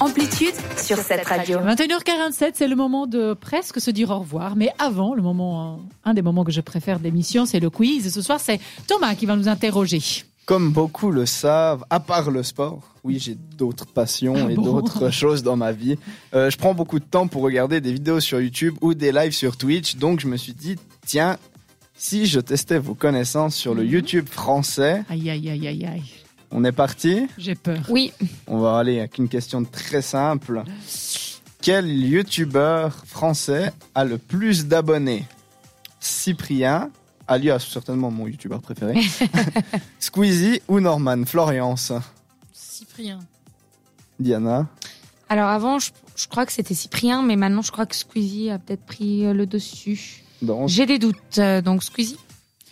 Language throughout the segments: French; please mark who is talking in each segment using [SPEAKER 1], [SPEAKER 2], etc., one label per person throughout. [SPEAKER 1] Amplitude sur cette radio.
[SPEAKER 2] 21h47, c'est le moment de presque se dire au revoir. Mais avant, le moment, un des moments que je préfère d'émission, c'est le quiz. Et ce soir, c'est Thomas qui va nous interroger.
[SPEAKER 3] Comme beaucoup le savent, à part le sport, oui, j'ai d'autres passions
[SPEAKER 2] Ah
[SPEAKER 3] et
[SPEAKER 2] bon
[SPEAKER 3] d'autres choses dans ma vie. Euh, je prends beaucoup de temps pour regarder des vidéos sur YouTube ou des lives sur Twitch, donc je me suis dit, tiens, si je testais vos connaissances sur le
[SPEAKER 2] Mhm.
[SPEAKER 3] YouTube français,
[SPEAKER 2] Aïe, aïe, aïe, aïe, aïe.
[SPEAKER 3] on est parti.
[SPEAKER 2] J'ai peur.
[SPEAKER 4] Oui,
[SPEAKER 3] On va aller avec une question très simple. Quel youtubeur français a le plus d'abonnés Cyprien, alias certainement mon youtubeur préféré, Squeezie ou Norman Floriance
[SPEAKER 2] Cyprien.
[SPEAKER 3] Diana
[SPEAKER 4] alors avant, je, je crois que c'était Cyprien, mais maintenant, je crois que Squeezie a peut-être pris euh, le dessus.
[SPEAKER 3] donc,
[SPEAKER 4] J'ai des doutes, euh, donc Squeezie.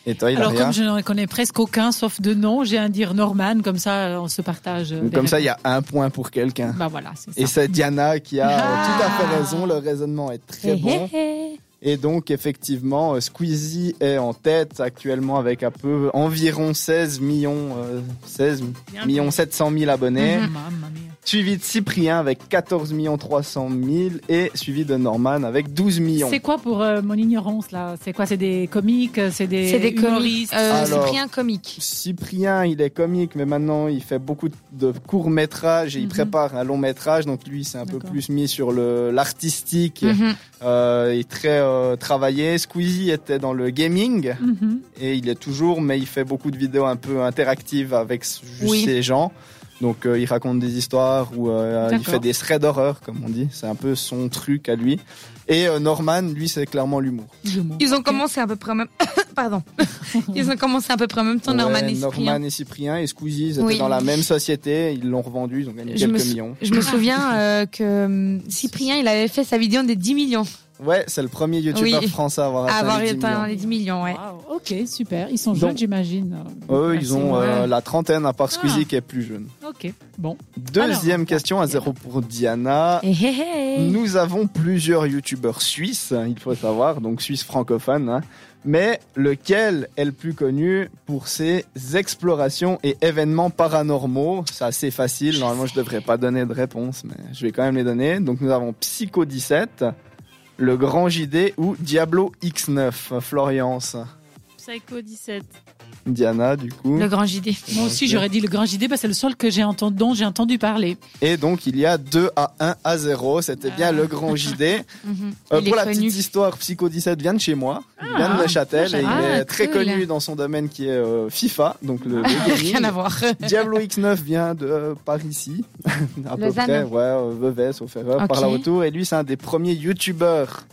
[SPEAKER 3] Et toi,
[SPEAKER 2] Alors,
[SPEAKER 3] Hilaria
[SPEAKER 2] comme je n'en connais presque aucun, sauf de nom, j'ai un dire Norman, comme ça, on se partage. euh,
[SPEAKER 3] Comme,
[SPEAKER 2] des
[SPEAKER 3] ça, il
[SPEAKER 2] réponses.
[SPEAKER 3] y a un point pour quelqu'un.
[SPEAKER 2] Bah voilà, c'est ça.
[SPEAKER 3] Et c'est Diana qui a euh,
[SPEAKER 2] Ah. Eh,
[SPEAKER 3] tout à fait raison, le raisonnement est très
[SPEAKER 4] Hé,
[SPEAKER 3] bon.
[SPEAKER 4] hé, hé.
[SPEAKER 3] Et donc, effectivement, euh, Squeezie est en tête actuellement avec un peu environ 16 millions, euh, 16
[SPEAKER 2] Bien.
[SPEAKER 3] millions 700 000 abonnés.
[SPEAKER 2] Mhm. Mamma mia.
[SPEAKER 3] Suivi de Cyprien avec 14 millions 300 000 et suivi de Norman avec 12 millions.
[SPEAKER 2] C'est quoi pour euh, mon ignorance là C'est quoi C'est des comiques C'est des,
[SPEAKER 4] C'est des comiques.
[SPEAKER 2] humoristes
[SPEAKER 4] Euh,
[SPEAKER 3] Alors.
[SPEAKER 4] Cyprien comique.
[SPEAKER 3] Cyprien, il est comique, mais maintenant il fait beaucoup de courts métrages et il
[SPEAKER 2] Mhm.
[SPEAKER 3] prépare un long métrage. Donc lui, c'est un peu
[SPEAKER 2] D'accord.
[SPEAKER 3] plus mis sur le l'artistique
[SPEAKER 4] Mhm.
[SPEAKER 3] euh, et très euh, travaillé. Squeezie était dans le gaming
[SPEAKER 2] Mhm.
[SPEAKER 3] et il est toujours, mais il fait beaucoup de vidéos un peu interactives avec s- juste
[SPEAKER 4] Oui.
[SPEAKER 3] ses gens. Donc euh, il raconte des histoires ou euh, il
[SPEAKER 2] D'accord.
[SPEAKER 3] fait des threads d'horreur, comme on dit. C'est un peu son truc à lui. Et euh, Norman, lui, c'est clairement l'humour.
[SPEAKER 2] Humour.
[SPEAKER 4] Ils ont commencé à peu près en même. Pardon. Ils ont commencé à peu près en même temps, Norman
[SPEAKER 3] Ouais,
[SPEAKER 4] et Cyprien.
[SPEAKER 3] Norman et Cyprien et Squeezie, ils étaient
[SPEAKER 4] Oui.
[SPEAKER 3] dans la même société, ils l'ont revendu, ils ont gagné
[SPEAKER 4] Je me
[SPEAKER 3] quelques
[SPEAKER 4] sou-
[SPEAKER 3] millions.
[SPEAKER 4] Je me souviens euh, que hum, Cyprien, il avait fait sa vidéo des 10 millions.
[SPEAKER 3] Ouais, c'est le premier youtubeur
[SPEAKER 4] Oui.
[SPEAKER 3] français à avoir
[SPEAKER 4] À
[SPEAKER 3] atteint
[SPEAKER 4] avoir
[SPEAKER 3] les 10
[SPEAKER 4] atteint
[SPEAKER 3] millions.
[SPEAKER 4] les 10 millions, ouais.
[SPEAKER 2] Waouh, ok, super. Ils sont
[SPEAKER 3] Donc-
[SPEAKER 2] jeunes, j'imagine.
[SPEAKER 3] Eux, ils ont
[SPEAKER 2] Assez,
[SPEAKER 3] euh,
[SPEAKER 2] ouais.
[SPEAKER 3] la trentaine, à part Squeezie
[SPEAKER 2] Ah.
[SPEAKER 3] qui est plus jeune.
[SPEAKER 2] Ok, bon.
[SPEAKER 3] Deuxième
[SPEAKER 2] Alors,
[SPEAKER 3] question à zéro pour Diana.
[SPEAKER 4] Hé, hé, hé.
[SPEAKER 2] Mm.
[SPEAKER 3] Nous avons plusieurs youtubeurs suisses, hein, il faut savoir, donc suisses francophones, hein. mais lequel est le plus connu pour ses explorations et événements paranormaux C'est assez facile,
[SPEAKER 4] Je
[SPEAKER 3] normalement je
[SPEAKER 4] sais.
[SPEAKER 3] devrais pas donner de réponse, mais je vais quand même les donner. Donc nous avons Psycho 17, Le Grand JD ou Diablo X9, Floriance.
[SPEAKER 5] Psycho 17.
[SPEAKER 3] Diana, du coup.
[SPEAKER 4] Le grand JD.
[SPEAKER 2] Moi aussi, j'aurais dit le grand JD, parce que c'est le seul que j'ai entendu, dont j'ai entendu parler.
[SPEAKER 3] Et donc il y a 2 à 1 à 0, c'était bien
[SPEAKER 2] Ah.
[SPEAKER 3] Le Grand JD.
[SPEAKER 4] Mhm.
[SPEAKER 3] Euh,
[SPEAKER 4] Il
[SPEAKER 3] pour
[SPEAKER 4] est
[SPEAKER 3] la
[SPEAKER 4] connu.
[SPEAKER 3] petite histoire, Psycho 17 vient de chez moi, il vient de Neuchâtel et il
[SPEAKER 4] Ah,
[SPEAKER 3] est très
[SPEAKER 4] cool. Ah,
[SPEAKER 3] connu dans son domaine qui est euh, FIFA, donc le, le gaming.
[SPEAKER 4] Rien à voir.
[SPEAKER 3] Diablo X9 vient de euh, par ici, à peu
[SPEAKER 4] Lausanne.
[SPEAKER 3] près, ouais, euh, Vevey, au
[SPEAKER 4] Ok.
[SPEAKER 3] par là autour. Et lui, c'est un des premiers youtubeurs,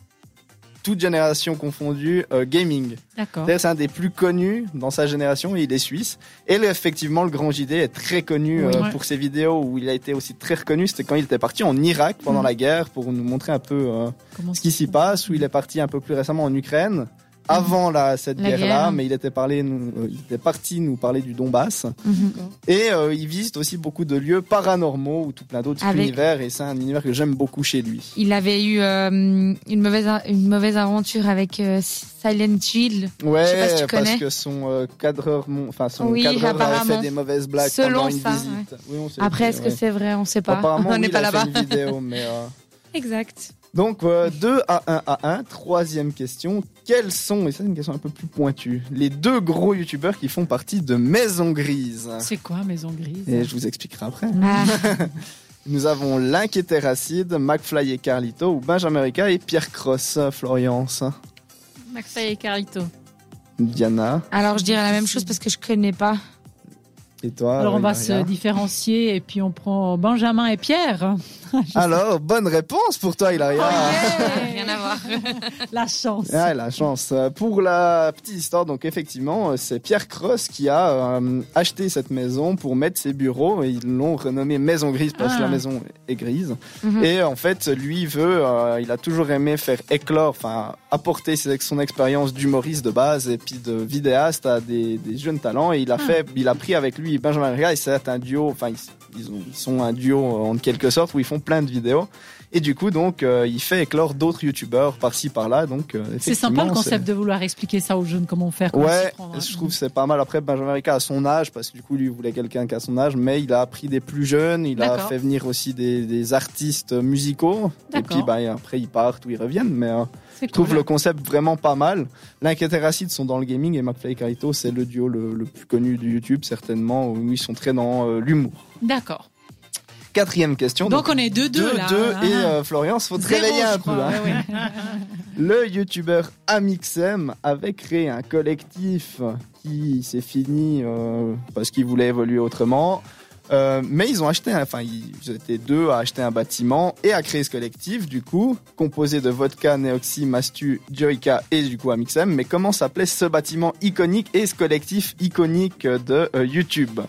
[SPEAKER 3] toute génération confondue, euh, gaming.
[SPEAKER 2] D'accord.
[SPEAKER 3] C'est-à-dire, C'est un des plus connus dans sa génération et il est suisse. Et le- effectivement, le grand JD est très connu
[SPEAKER 2] Oui.
[SPEAKER 3] euh,
[SPEAKER 2] Ouais.
[SPEAKER 3] pour ses vidéos où il a été aussi très reconnu. C'était quand il était parti en Irak pendant
[SPEAKER 4] Mm.
[SPEAKER 2] Mhm.
[SPEAKER 3] la guerre pour nous montrer un peu. euh,
[SPEAKER 2] Comment
[SPEAKER 3] ce qui s'y passe, où il est parti un peu plus récemment en Ukraine, avant la, cette
[SPEAKER 4] Mhm. La
[SPEAKER 3] guerre-là,
[SPEAKER 4] guerre.
[SPEAKER 3] mais il était, parlé, nous- euh, il était parti nous parler du Donbass.
[SPEAKER 4] Mhm.
[SPEAKER 3] Et euh, il visite aussi beaucoup de lieux paranormaux ou tout plein d'autres
[SPEAKER 4] Avec-
[SPEAKER 3] univers, et c'est un univers que j'aime beaucoup chez lui.
[SPEAKER 4] Il avait eu euh, une, mauvaise, une mauvaise aventure avec euh, Silent Hill.
[SPEAKER 3] Ouais,
[SPEAKER 4] sais pas si tu
[SPEAKER 3] parce
[SPEAKER 4] connais.
[SPEAKER 3] que son euh, cadreur, mon- enfin son
[SPEAKER 4] Oui,
[SPEAKER 3] cadreur a fait
[SPEAKER 4] apparemment.
[SPEAKER 3] des mauvaises blagues
[SPEAKER 4] Selon
[SPEAKER 3] pendant une
[SPEAKER 4] ça,
[SPEAKER 3] visite. Oui, on sait-
[SPEAKER 4] Après, est-ce que
[SPEAKER 3] ouais.
[SPEAKER 4] c'est vrai On ne sait pas.
[SPEAKER 3] Apparemment,
[SPEAKER 4] On
[SPEAKER 3] oui,
[SPEAKER 4] n'est
[SPEAKER 3] il
[SPEAKER 4] pas
[SPEAKER 3] a fait
[SPEAKER 4] là-bas.
[SPEAKER 3] une vidéo, mais euh,
[SPEAKER 4] Exact.
[SPEAKER 3] Donc, 2 à 1 à 1. Troisième question. Quels sont, et ça c'est une question un peu plus pointue, les deux gros youtubeurs qui font partie de Maison Grise
[SPEAKER 2] C'est quoi, Maison Grise
[SPEAKER 3] Et je vous expliquerai après.
[SPEAKER 4] Ah,
[SPEAKER 3] Nous avons Link et Terracide, McFly et Carlito, ou Benjamin Rica et Pierre Cross, Floriance,
[SPEAKER 5] McFly et Carito.
[SPEAKER 3] Diana,
[SPEAKER 4] alors, je dirais la même chose parce que je ne connais pas.
[SPEAKER 3] et toi
[SPEAKER 2] Alors, on va
[SPEAKER 3] Valeria
[SPEAKER 2] se différencier et puis on prend Benjamin et Pierre.
[SPEAKER 3] Alors, bonne réponse pour toi, Hilaria
[SPEAKER 2] Oh,
[SPEAKER 4] Rien à voir.
[SPEAKER 2] La chance.
[SPEAKER 3] Ah, la chance. Euh, Pour la petite histoire, donc effectivement, euh, c'est Pierre Cross qui a euh, acheté cette maison pour mettre ses bureaux. Et ils l'ont renommée Maison Grise parce que
[SPEAKER 2] Ah.
[SPEAKER 3] la maison est grise.
[SPEAKER 4] Mhm.
[SPEAKER 3] Et en fait, lui veut, euh, il a toujours aimé faire éclore, enfin apporter ses- son
[SPEAKER 2] Ah.
[SPEAKER 3] expérience d'humoriste de base et puis de vidéaste à des, des jeunes talents. Et il a fait, il a pris avec lui lui et Benjamin Riga, c'est un duo, enfin, ils, ils ont- ils sont un duo euh, en quelque sorte où ils font plein de vidéos. Et du coup, donc, euh, il fait éclore d'autres youtubeurs par-ci par-là. Donc, euh,
[SPEAKER 2] C'est sympa le
[SPEAKER 3] effectivement,
[SPEAKER 2] concept de vouloir expliquer ça aux jeunes, comment faire. comment
[SPEAKER 3] Ouais,
[SPEAKER 2] s'y hein. prendre.
[SPEAKER 3] je trouve que c'est pas mal. Après, Benjamin Ricard à son âge, parce que du coup, lui, il voulait quelqu'un qui a son âge, mais il a appris des plus jeunes, il a
[SPEAKER 2] D'accord.
[SPEAKER 3] fait venir aussi des, des artistes musicaux, et
[SPEAKER 2] D'accord.
[SPEAKER 3] puis ben, après, ils partent ou ils reviennent, mais euh,
[SPEAKER 2] C'est
[SPEAKER 3] je trouve
[SPEAKER 2] cool.
[SPEAKER 3] le concept vraiment pas mal. Link et Terracid sont dans le gaming, et McFly et Carito, c'est le duo le, le plus connu de YouTube, certainement, où ils sont très dans euh, l'humour.
[SPEAKER 2] D'accord.
[SPEAKER 3] Quatrième question.
[SPEAKER 2] Donc on est 2-2
[SPEAKER 3] deux,
[SPEAKER 2] là.
[SPEAKER 3] deux,
[SPEAKER 2] hein.
[SPEAKER 3] et euh, Florian, faut te
[SPEAKER 2] Zéro,
[SPEAKER 3] réveiller
[SPEAKER 2] je
[SPEAKER 3] un peu.
[SPEAKER 2] crois,
[SPEAKER 3] hein.
[SPEAKER 2] ouais, ouais.
[SPEAKER 3] Le youtubeur Amixem avait créé un collectif qui s'est fini euh, parce qu'il voulait évoluer autrement. Euh, mais ils ont acheté, un- enfin ils étaient deux à acheter un bâtiment et à créer ce collectif du coup, composé de Vodka, Neoxy, Mastu, Joica et du coup Amixem. Mais comment s'appelait ce bâtiment iconique et ce collectif iconique de euh, YouTube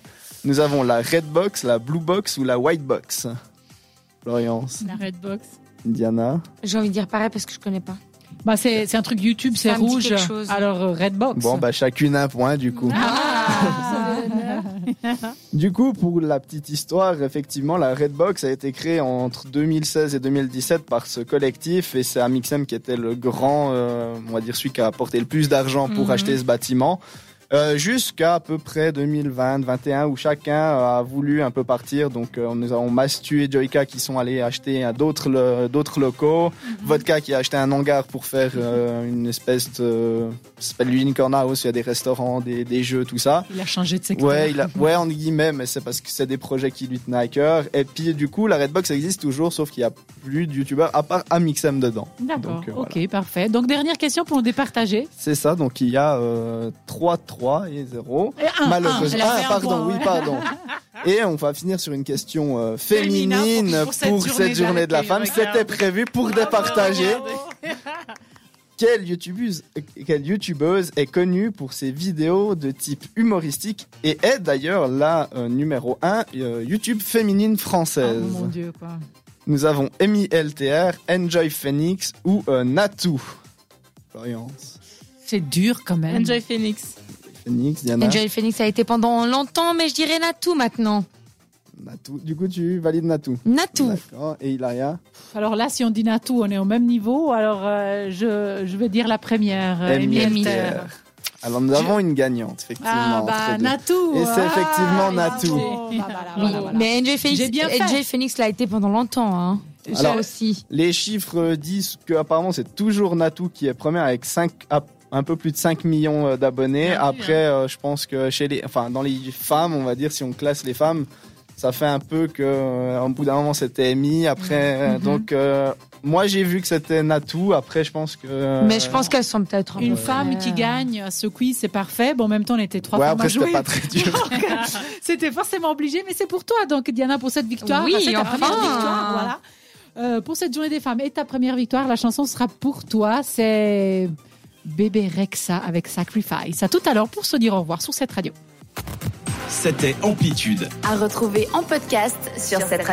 [SPEAKER 3] Nous avons la Red Box, la Blue Box ou la White Box Florence,
[SPEAKER 5] La Redbox.
[SPEAKER 3] Indiana.
[SPEAKER 4] J'ai envie de dire pareil parce que je connais pas.
[SPEAKER 2] Bah, c'est c'est un truc YouTube, c'est
[SPEAKER 4] Ça me dit
[SPEAKER 2] rouge.
[SPEAKER 4] quelque chose.
[SPEAKER 2] Alors euh, Redbox.
[SPEAKER 3] Bon, bah chacune un point du coup.
[SPEAKER 2] Ah.
[SPEAKER 3] Du coup, pour la petite histoire, effectivement, la Redbox a été créée entre 2016 et 2017 par ce collectif et c'est Amixem qui était le grand, euh, on va dire celui qui a apporté le plus d'argent pour
[SPEAKER 4] Mhm.
[SPEAKER 3] acheter ce bâtiment. Euh, jusqu'à à peu près 2020-21 où chacun euh, a voulu un peu partir. Donc euh, nous avons Mastu et Joyka qui sont allés acheter euh, d'autres lo- d'autres locaux. Vodka qui a acheté un hangar pour faire euh, une espèce de... Ça s'appelle l'Unicorn House, il y a des restaurants, des, des jeux, tout ça.
[SPEAKER 2] Il a changé de secteur.
[SPEAKER 3] Ouais, il a, ouais, en guillemets, mais c'est parce que c'est des projets qui lui tenaient à cœur. Et puis, du coup, la Redbox existe toujours, sauf qu'il n'y a plus de youtubeurs à part Amixem dedans.
[SPEAKER 2] D'accord.
[SPEAKER 3] Donc, euh,
[SPEAKER 2] ok, parfait. Donc dernière question pour nous départager.
[SPEAKER 3] C'est ça, donc il y a euh, 3, 3 et 0.
[SPEAKER 2] Et un, un,
[SPEAKER 3] Malheureusement.
[SPEAKER 2] elle a
[SPEAKER 3] Ah,
[SPEAKER 2] fait un
[SPEAKER 3] pardon,
[SPEAKER 2] point,
[SPEAKER 3] oui,
[SPEAKER 2] ouais.
[SPEAKER 3] pardon. Et on va finir sur une question euh, féminine,
[SPEAKER 5] Féminin
[SPEAKER 3] pour, cette, journée de la femme.
[SPEAKER 5] regarde.
[SPEAKER 3] C'était prévu pour départager.
[SPEAKER 2] Oh,
[SPEAKER 5] Regardez.
[SPEAKER 3] Quelle youtubeuse, euh, quelle youtubeuse est connue pour ses vidéos de type humoristique et est d'ailleurs la euh, numéro 1 YouTube féminine
[SPEAKER 2] Oh,
[SPEAKER 3] française
[SPEAKER 2] mon dieu, quoi.
[SPEAKER 3] Nous avons Amy LTR, Enjoy Phoenix ou euh, Natou. Florence,
[SPEAKER 2] C'est dur quand même.
[SPEAKER 5] Enjoy Phoenix.
[SPEAKER 3] Phoenix, Diana.
[SPEAKER 4] Angel Phoenix a été pendant longtemps, mais je dirais Natou maintenant.
[SPEAKER 3] Natou. Du coup, tu valides Natou.
[SPEAKER 4] Natou.
[SPEAKER 3] D'accord. Et Hilaria
[SPEAKER 2] Alors là, si on dit Natou, on est au même niveau. Alors euh, je, je vais dire la première. euh, Emile
[SPEAKER 4] Amy
[SPEAKER 2] Elter.
[SPEAKER 3] LTR. Alors, nous avons une gagnante, effectivement.
[SPEAKER 2] Ah bah
[SPEAKER 3] entre deux.
[SPEAKER 2] Natou.
[SPEAKER 3] Et c'est
[SPEAKER 2] ah,
[SPEAKER 3] effectivement
[SPEAKER 2] bravo.
[SPEAKER 3] Natou.
[SPEAKER 2] Bah, voilà,
[SPEAKER 4] Oui,
[SPEAKER 2] voilà, voilà.
[SPEAKER 4] mais NJ Phoenix,
[SPEAKER 2] J'ai bien fait.
[SPEAKER 4] NJ Phoenix l'a été pendant longtemps. Hein.
[SPEAKER 3] Alors-
[SPEAKER 4] ça aussi.
[SPEAKER 3] Les chiffres disent que apparemment c'est toujours Natou qui est première avec 5 un peu plus de 5 millions euh, d'abonnés.
[SPEAKER 5] Bien vu, hein.
[SPEAKER 3] Après euh, je pense que chez les enfin dans les femmes, on va dire si on classe les femmes, ça fait un peu que euh, au bout d'un moment c'était Amy, après euh,
[SPEAKER 2] Mhm.
[SPEAKER 3] donc euh, moi j'ai vu que c'était Natou, après je pense que euh,
[SPEAKER 4] Mais je pense qu'elles sont peut-être. un
[SPEAKER 2] Une
[SPEAKER 4] peu-
[SPEAKER 2] femme qui gagne ce quiz, c'est parfait. Bon, en même temps, on était trois
[SPEAKER 3] Ouais,
[SPEAKER 2] femmes à
[SPEAKER 3] après c'était
[SPEAKER 2] jouer.
[SPEAKER 3] pas très dur.
[SPEAKER 2] Donc, C'était forcément obligé, mais c'est pour toi, donc Diana, pour cette victoire.
[SPEAKER 4] Oui,
[SPEAKER 2] Enfin, c'est ta
[SPEAKER 4] enfin.
[SPEAKER 2] première victoire, voilà. Euh, pour cette journée des femmes et ta première victoire, la chanson sera pour toi. C'est Bébé Rexa avec Sacrifice. À tout à l'heure pour se dire au revoir sur cette radio.
[SPEAKER 6] C'était Amplitude.
[SPEAKER 1] À retrouver en podcast sur cette radio.